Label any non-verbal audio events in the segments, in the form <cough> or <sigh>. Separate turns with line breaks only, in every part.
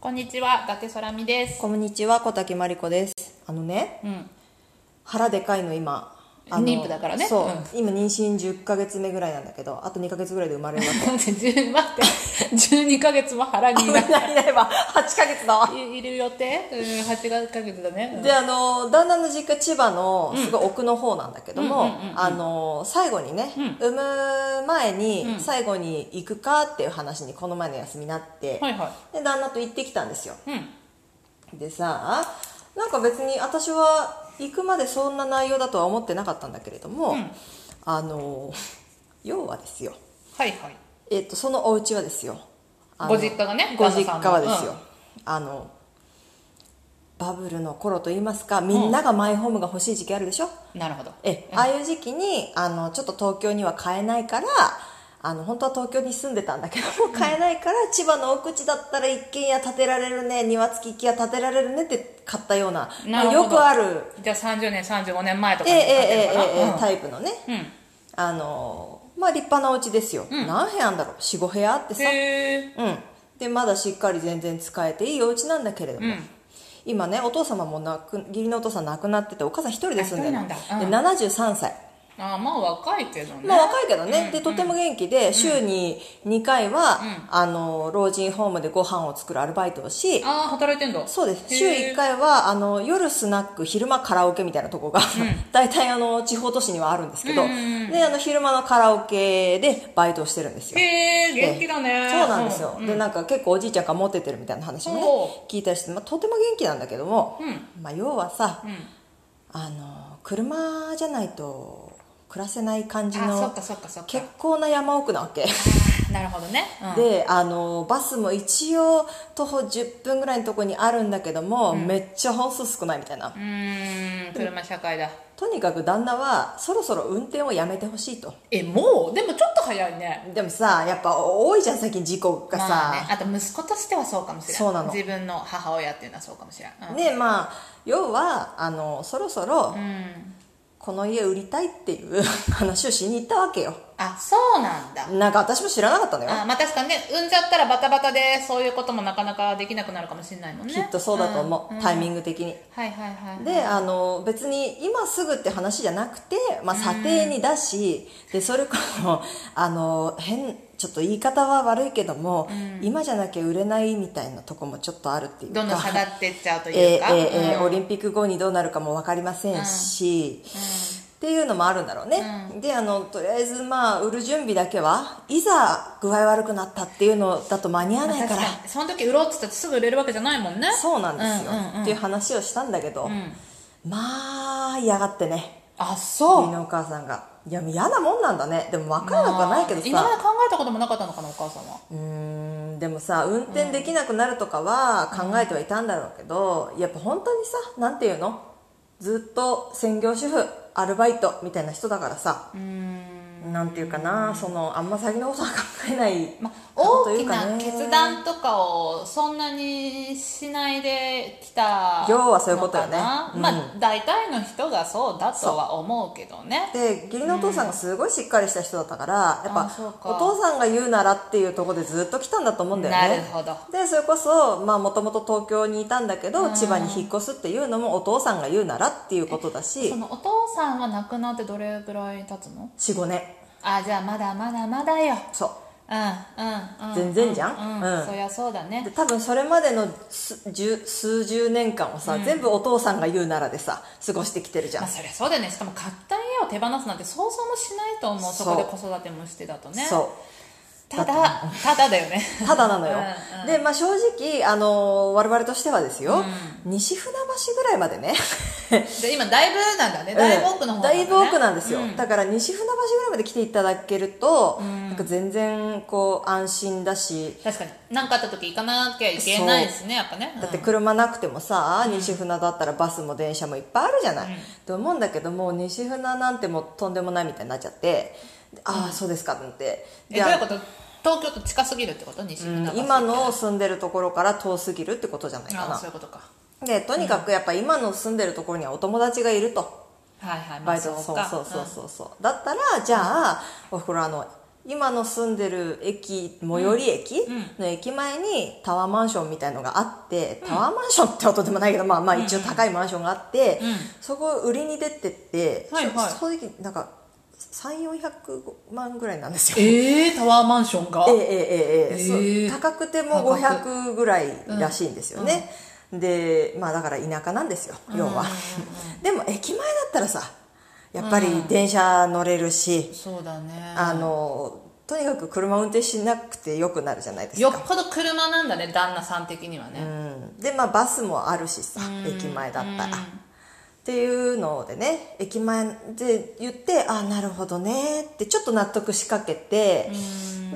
こんにちは、伊達そらみです。
こんにちは小竹真理子ですあのね
うん。 <laughs>
腹でかいの今あの
妊婦だからね
そう、
うん
今妊娠10ヶ月目ぐらいなんだけどあと2ヶ月ぐらいで生まれるわ
待って、10待って、12ヶ月も腹にいな
けいないば8ヶ月だわ
<laughs> いいる予定うん、8ヶ月だね。うん
であの旦那の実家千葉のすごい奥の方なんだけども、あの最後にね、産む前に最後に行くかっていう話にこの前の休みになって、
はいは
で旦那と行ってきたんですよ
い。うん。
でさなんか別に私は行くまでそんな内容だとは思ってなかったんだけれども、
ん
あの <laughs> 要はですよ、
はいはい。
えっとそのお家はですよあの
ご実家がね
ご実家はで
旦
す
那さんのう
よ、あのバブルの頃といいますかみんながマイホームが欲しい時期あるでしょ、
なるほど。
えああいう時期にあのちょっと東京には買えないからあの本当は東京に住んでたんだけども買えないから千葉の奥地だったら一軒家建てられるね庭付き一軒家建てられるねって買ったような
なるほど
よくある
じゃあ30年、35年前と
え
か
え
に買って
ええ
るか
ええええ
な
タイプのね、
うん。
あのまあ立派なお家ですよ、何部屋あんだろう45部屋あって
うん。
さ、
へー
うん、でまだしっかり全然使えていいお家なんだけれども、今ねお父様も亡く義理のお父さん亡くなっててお母さん一人で住んでる
あ
の
一
で
人なん
73歳
あーまあ若いけどね。
まあ若いけどね、でとても元気で週に2回は、あの老人ホームでご飯を作るアルバイトをし
ああ、働いてんだ。
そうです
へー
週1回はあの夜スナック昼間カラオケみたいなとこが、 <laughs> 大体あの地方都市にはあるんですけど、であの昼間のカラオケでバイトをしてるんですよ
へえ、元気だね。
そうなんですよ、
うん
でなんか結構おじいちゃんがモテてるみたいな話もね
お
聞いたりして、まあ、とても元気なんだけども、
う
まあ、要はさ、
ん
あの車じゃないと暮らせない感じ
あ、そっ
の
かそっかそっか
結。構な山奥なわけ、
なるほどね。うん
であのバスも一応徒歩10分ぐらいのとこにあるんだけども、めっちゃ本数少ないみたいな、
うーん、車社会だ。
とにかく旦那はそろそろ運転をやめてほしいと
え、もうでもちょっと早いね。
でもさやっぱ多いじゃん最近事故がさ、
まあね、あと息子としてはそうかもしれない
そうなの
自分の母親っていうのはそうかもしれない、うん
でまあ要はあのそろそろ
うん
この家売りたいっていう <laughs> 話をしに行ったわけよ
あそうなんだ、
なんか私も知らなかったのよ
あまあ確かにね産んじゃったらバタバタでそういうこともなかなかできなくなるかもしれないもんね
きっとそうだと思う、
んん
タイミング的に
はいはいはい
であの別に今すぐって話じゃなくて、まあ、査定に出し、でそれこそあの変ちょっと言い方は悪いけども、今じゃなきゃ売れないみたいなとこもちょっとあるっていうか
どんどん下がってっちゃうという
え <laughs> え
か、
ええええ
うん
オリンピック後にどうなるかも分かりませんし、っていうのもあるんだろうね、であのとりあえずまあ売る準備だけはいざ具合悪くなったっていうのだと間に合わないから
確かにその時売ろうって言ったらすぐ売れるわけじゃないもんね
そうなんですよ、
うんうんうん
っていう話をしたんだけど、まあ嫌がってね
あ
義理
そう
のお母さんがいや嫌なもんなんだねでも分からなくはないけどさ、
今まで考えたこともなかったのかなお母さんは
うーんでもさ運転できなくなるとかは考えてはいたんだろうけど、やっぱ本当にさなんていうのずっと専業主婦アルバイトみたいな人だからさなんていうかなそのあんま先のことは考えない、
まあ、
こと
大
い
き
うかね
な決断とかをそんなにしないできた
要はそういうことよ
の
ね
かな
うん
まあ大体の人がそうだとは思うけどね
で義理のお父さんがすごいしっかりした人だったから、や
あ
っぱ
そうか
お父さんが言うならっていうところでずっと来たんだと思うんだよね
なるほど
でそれこそまあもともと東京にいたんだけど千葉に引っ越すっていうのもお父さんが言うならっていうことだし
そのお父さんは亡くなってどれぐらい経つの
45年
あじゃあまだまだまだよ
そう
うんうんうん
全然じゃん
うん、
うん
そりゃそうだね
で多分それまでの数十数十年間をさ、全部お父さんが言うならでさ過ごしてきてるじゃん、
まあそりゃそうだよねしかも買った家を手放すなんて想像もしないと思うそ
そう
こで子育てもしてだとね
そ
ただただだよね
うただなの
う
よ
んうん
で、まあ、正直あの我々としてはですよ、西船橋ぐらいまでね
で今だいぶなんだねだいぶ奥の方
だいぶ奥なん
だね
ですよ、だから西船橋ぐらいまで来ていただけると、なんか全然こう安心だし
確かに何かあった時行かなきゃいけないですねやっぱね
だって車なくてもさ、西船だったらバスも電車もいっぱいあるじゃない、と思うんだけどもう西船なんてもうとんでもないみたいになっちゃってでああ、そうですかと思って
うん
で
えどういうこと東京と近すぎるってこと西船橋って
今の住んでるところから遠すぎるってことじゃない
ああそう
か
いうことか
なでとにかくやっぱ今の住んでるところにはお友達がいると
はいはいまあ
バイト
そ
そうう
か
そうそう
う
そうそうだったらじゃあおふくろあの今の住んでる駅最寄り駅
うんうん
の駅前にタワーマンションみたいのがあって、タワーマンションってことでもないけど、まあ、まあ一応高いマンションがあって、
うん
そこを売りに出てって、
はいはい
そ正直なんか3400万ぐらいなんですよ。
えー、タワーマンションが
ええええええそう
ええ
高くても
高く
500ぐらいらしいんですよね、でまあだから田舎なんですよ要は、でも駅前だったらさやっぱり電車乗れるし、
そうだね
あのとにかく車運転しなくてよくなるじゃないです
よっ
か、
ぽど車なんだね旦那さん的にはね、
うん、でまあバスもあるしさ、駅前だったら、っていうのでね駅前で言ってあなるほどねってちょっと納得しかけて、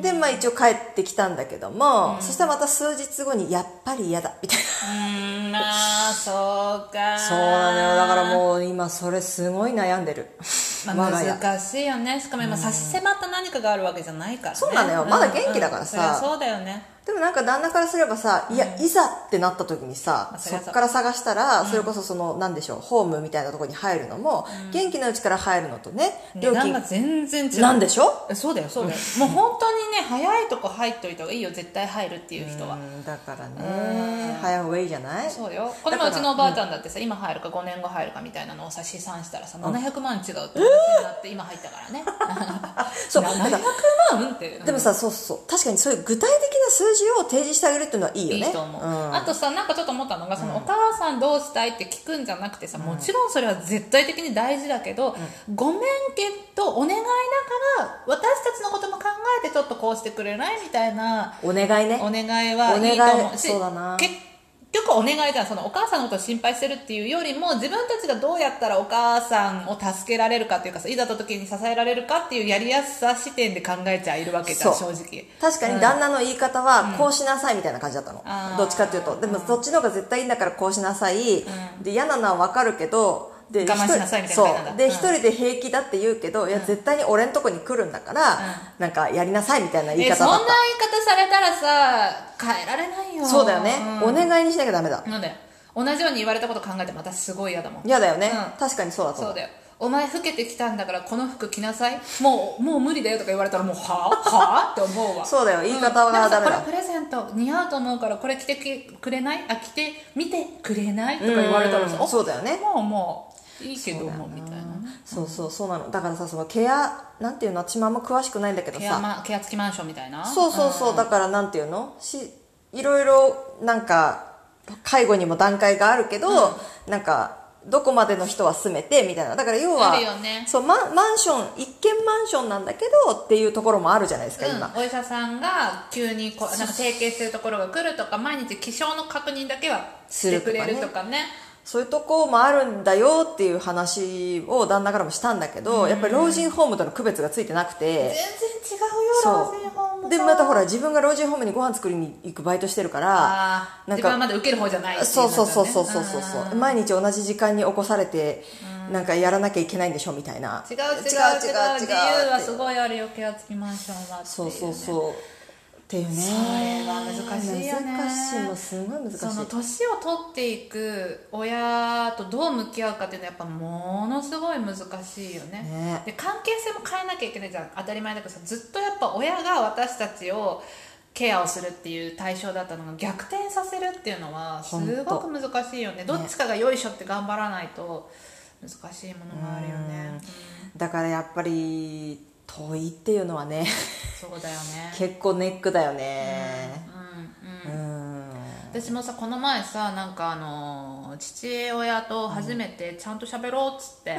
でまあ一応帰ってきたんだけども、そしたらまた数日後にやっぱり嫌だみたいな
うーんまあそうか
そうなのよだからもう今それすごい悩ん
<laughs>
でる、
まあ、
我が家
難しいよねしかも今差し迫った何かがあるわけじゃないから、ね、
そうなのよまだ元気だからさ
うんうんそりゃそうだよね
でもなんか旦那からすればさいや、いざってなった時にさ
あそり
そ
ゃそう
っから探したら、それこそそのなんでしょうホームみたいなところに入るのも、元気なうちから入るのとね料
値段
金
が全然違う
なんでしょ
えそうだよそうだよもう本当にね早いとこ入っといた方がいいよ絶対入るっていう人は、
うんだからね早ウェイじゃない
そうよこの前うちのおばあちゃんだってさ今入るか5年後入るかみたいなのをさ試算したらさ700万違うって話になって今入ったからね <laughs>
そうだから
700万って
でもさ、そうそう確かにそういう具体的な数字を提示してあげるっていうのはいいよ
い
ね
いと思う、
ん
あとさなんかちょっと思ったのがその、お母さんどうしたいって聞くんじゃなくてさ、もちろんそれは絶対的に大事だけど、ごめんけどお願いだから私たちのことも考えてちょっとこうしてくれないみたいな
お願いね
お願いはいいと
お
思
願
う
い
し
そうだな
結局お願いじゃんそのお母さんのことを心配してるっていうよりも自分たちがどうやったらお母さんを助けられるかっていうかさいざと時に支えられるかっていうやりやすさ視点で考えちゃいるわけじゃん
そ
正
う
直
確かに旦那の言い方はこうしなさいみたいな感じだったの、
あー
どっちかっていうとでもそっちの方が絶対いいんだからこうしなさい、で嫌なのは分かるけどで
我慢しなさいみたいな感じなんだ
そうで
うん
一人で平気だって言うけど、いや絶対に俺んとこに来るんだから、なんかやりなさいみたいな言い
えそ
方
んな
だっ
言い
た
方されたらさ変えられないよ
そうだよね、
うん
お願いにしなきゃダメだ
なんだよ同じように言われたこと考えてまたすごい嫌だもん
嫌だよね、
うん
確かにそうだと思
そ
う
うだよお前老けてきたんだからこの服着なさいもうもう無理だよとか言われたらもうはあはあって思うわ
そうだよ言い方はダメ
でも
だ
さこれプレゼント似合うと思うからこれ着てきくれないあ着てみてくれないとか言われたらさ
うん
お
そうだよね
もうもういいけどもうみたいな
そうそうそうなのだからさそのケアなんていうの私もあんま詳しくないんだけど
ケア
さ
マケア付きマンションみたいな
そうそうそうだからなんていうのしいろいろなんか介護にも段階があるけど、なんかどこまでの人は住めてみたいなだから要は
あるよね
そうマンマンション一見マンションなんだけどっていうところもあるじゃないですか、今
うん、お医者さんが急にこうなんか整形するところが来るとか毎日気象の確認だけはしてくれるとかね
そういうとこもあるんだよっていう話を旦那からもしたんだけど、やっぱり老人ホームとの区別がついてなく
全
て
然違うよ老人ホーム
そうでまたほら自分が老人ホームにご飯作りに行くバイトしてるから
あー
なん
自分は
か
まだ受ける方じゃないってい
そうそうそうそうそうそ
なっ
う
ちゃうね
そう毎日同じ時間に起こされてなんかやらなきゃいけないんでしょみたいな
違う違う違う
違う違う
理由は
って
すごいあるよケア付きマンションはっていね
そうそうそうっていうね
れ
そ
は難しいよね
難しいもうすごい難しい
その年を取っていく親とどう向き合うかっていうのはやっぱものすごい難しいよね
ね
で関係性も変えなきゃいけないじゃん当たり前だけどさずっとやっぱ親が私たちをケアをするっていう対象だったのが逆転させるっていうのはす
ほんと
ごく難しいよねどっちかがよいしょって頑張らないと難しいものがあるよね
だからやっぱり遠いっていうのはね
そうだよね
結構ネックだよね
うんうん
うん
私もさこの前さなんかあの父親と初めてちゃんと喋ろうっつって、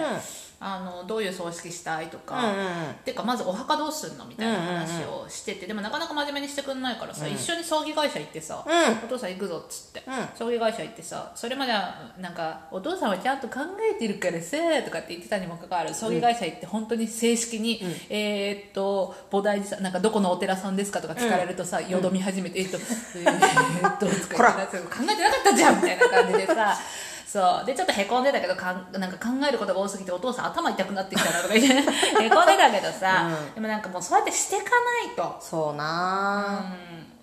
あのどういう葬式したいとか、
うんうん
てかまずお墓どうすんのみたいな話をしてて、でもなかなか真面目にしてくんないからさ、一緒に葬儀会社行ってさ、
う
お父さん行くぞっつって、
う
葬儀会社行ってさそれまではなんかお父さんはちゃんと考えてるからさとかって言ってたにもかかわらず葬儀会社行って本当に正式に、えーっと菩提寺さんなんかどこのお寺さんですかとか聞かれるとさ、よどみ始めて、 <laughs> えーっとえーっととか
ほ
言
ら
って考えてなかったじゃんみたいな感じでさ <laughs> そうでちょっとへこんでたけどかんなんか考えることが多すぎてお父さん頭痛くなってきたなとか言って <laughs> へこんでたけどさ、でもなんかもうそうやってしていかないと、
そうな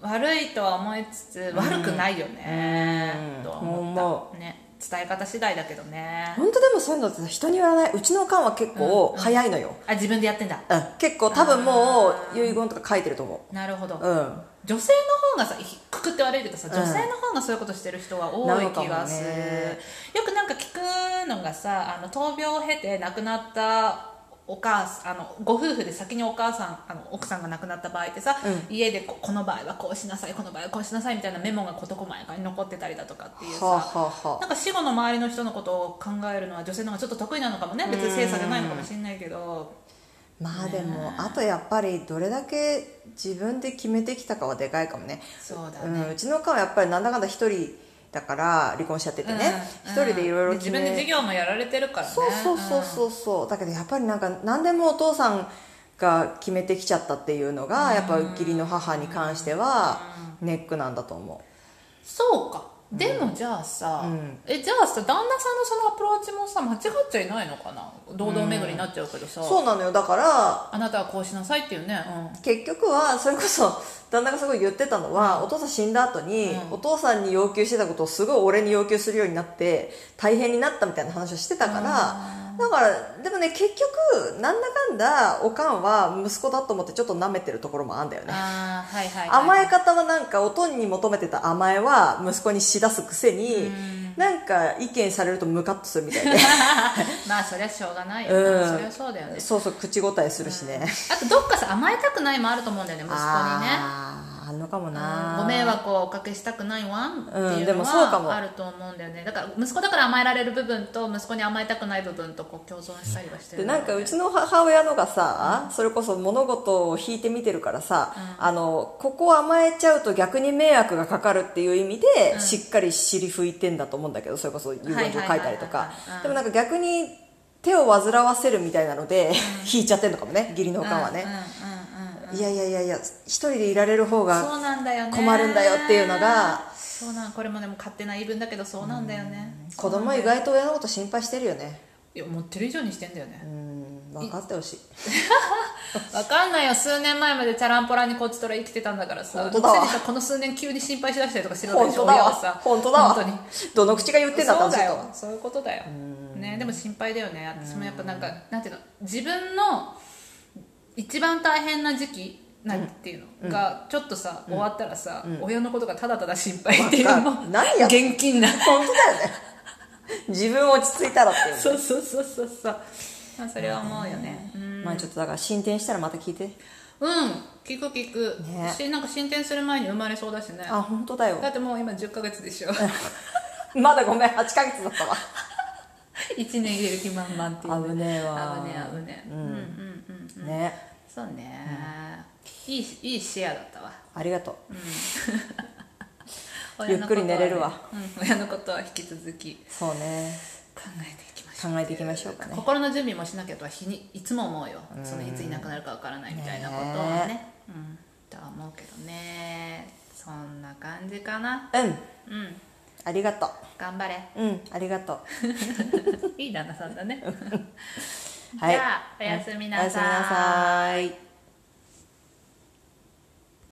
うん、悪いとは思いつつ悪くないよね、
うん
とは
もう
思った、ね伝え方次第だけどね
本当でもそういうのってさ人に言わないうちのおかんは結構早いのよ、
あ自分でやってんだ
うん結構多分もう遺言とか書いてると思
なるほど、
ううん
女性の方がさひくくって悪いけどさ
ん
女性の方がそういうことしてる人は多い気がする、
なのかもね
よくなんか聞くのがさあの闘病を経て亡くなったお母さんあのご夫婦で先にお母さんあの奥さんが亡くなった場合ってさ、
う
家でここの場合はこうしなさいこの場合はこうしなさいみたいなメモが事細やかに残ってたりだとかっていうさ、
はあ、はあは
なんか死後の周りの人のことを考えるのは女性の方がちょっと得意なのかもね別に性差じゃないのかもしれないけど
あ、まあでもあとやっぱりどれだけ自分で決めてきたかはでかいかもね
そうだ
う
ね、
ん、うちのおかんはやっぱりなんだかんだ一人だから離婚しちゃっててね
うん
一、人でいろいろ
自分で事業もやられてるからね
そうそうそうそうそうだけどやっぱりなんか何でもお父さんが決めてきちゃったっていうのが、やっぱ義理の母に関してはネックなんだと思
そうかでもじゃあさ、
うん
えじゃあさ旦那さんのそのアプローチもさ間違っちゃいないのかな堂々巡りになっちゃうけどさ、
うそうなのよだから
あなたはこうしなさいっていうね、
結局はそれこそ旦那がすごい言ってたのは、お父さん死んだ後に、
うん
お父さんに要求してたことをすごい俺に要求するようになって大変になったみたいな話をしてたから、だからでもね結局なんだかんだおかんは息子だと思ってちょっと舐めてるところもあんだよ
うん、
ね
ああはいはい、はい、
甘え方はなんかおとんに求めてた甘えは息子にしだすくせに、なんか意見されるとムカッとするみたいで
まあそりゃしょうがないよな、
うん
そりゃそうだよ <laughs> ね
そうそう口答えするしね、
あとどっかさ甘えたくないもあると思うんだよね息子にね
あーあんのかもな
ご迷惑をおかけしたくないわって
うん
い
で
うの
もそうかも
はあると思うんだよねだから息子だから甘えられる部分と息子に甘えたくない部分とこう共存したりはしてる
で
だ
な
ろ
んか
う
う
ね
ちの母親のがさ、それこそ物事を引いて見てるからさ、あのここを甘えちゃうと逆に迷惑がかかるっていう意味で、しっかり尻拭いてんだと思うんだけどそれこそ遺言状書いたりと
はいはい
か
はいはいうん
でもなんか逆に手を煩わせるみたいなので、引いちゃってんのかもね義理のおかんはね、
うんうんうんうん
いやいやいやいや一人でいられる方が
そうなんだよね
困るんだよっていうのが
そうなんこれもでも勝手な言い分だけどそうなんだよね
子供意外と親のこと心配してるよね
いや持ってる以上にしてんだよね
うん分かってほしい
わかんないよ数年前までチャランポランにこっちとら生きてたんだからさ
本当だわ
くせにさこの数年急に心配しだしたりとかしてるわけ
本
でしょ
当だ
親
わ
はさ
本当だわ
本当に
どの口が言ってんだった
そ
ん
う
で
だ
す
よそういうことだよ、ね、でも心配だよね私もやっぱなんかなんていうの自分の一番大変な時期なんていうの、がちょっとさ、終わったらさ、親のことがただただ心配っていうの
わかる何やっ
現金な
本当だよね自分落ち着いたらっていう
そうそうそうそうそうまあそれは思うよねうん、
まあちょっとだから進展したらまた聞いて
うん、聞く聞く、
ね
しなんか進展する前に生まれそうだしね
あ本当だよ
だってもう今10ヶ月で
<laughs>
しょ
まだごめん8ヶ月だったわ
1年入れる気満々っていう
危ねえわ
危ねえ危ねえうんうんうん
ね
そうね、いいいいシェアだったわ
ありがとう
親のことはね
ゆっくり寝れるわ、
うん、親のことは引き続き
そうね
考えていきましょ
考
う
えていきましょうかね
心の準備もしなきゃとは日にいつも思うよそのいついなくなるかわからないみたいなことをね
ね
うん、とは思うけどねそんな感じかな
うん
うん
ありがと
頑張れ
ううんありがとう
いい旦那さんだね
<laughs> はい
じゃあおやすみな
おやすみな
さい
さい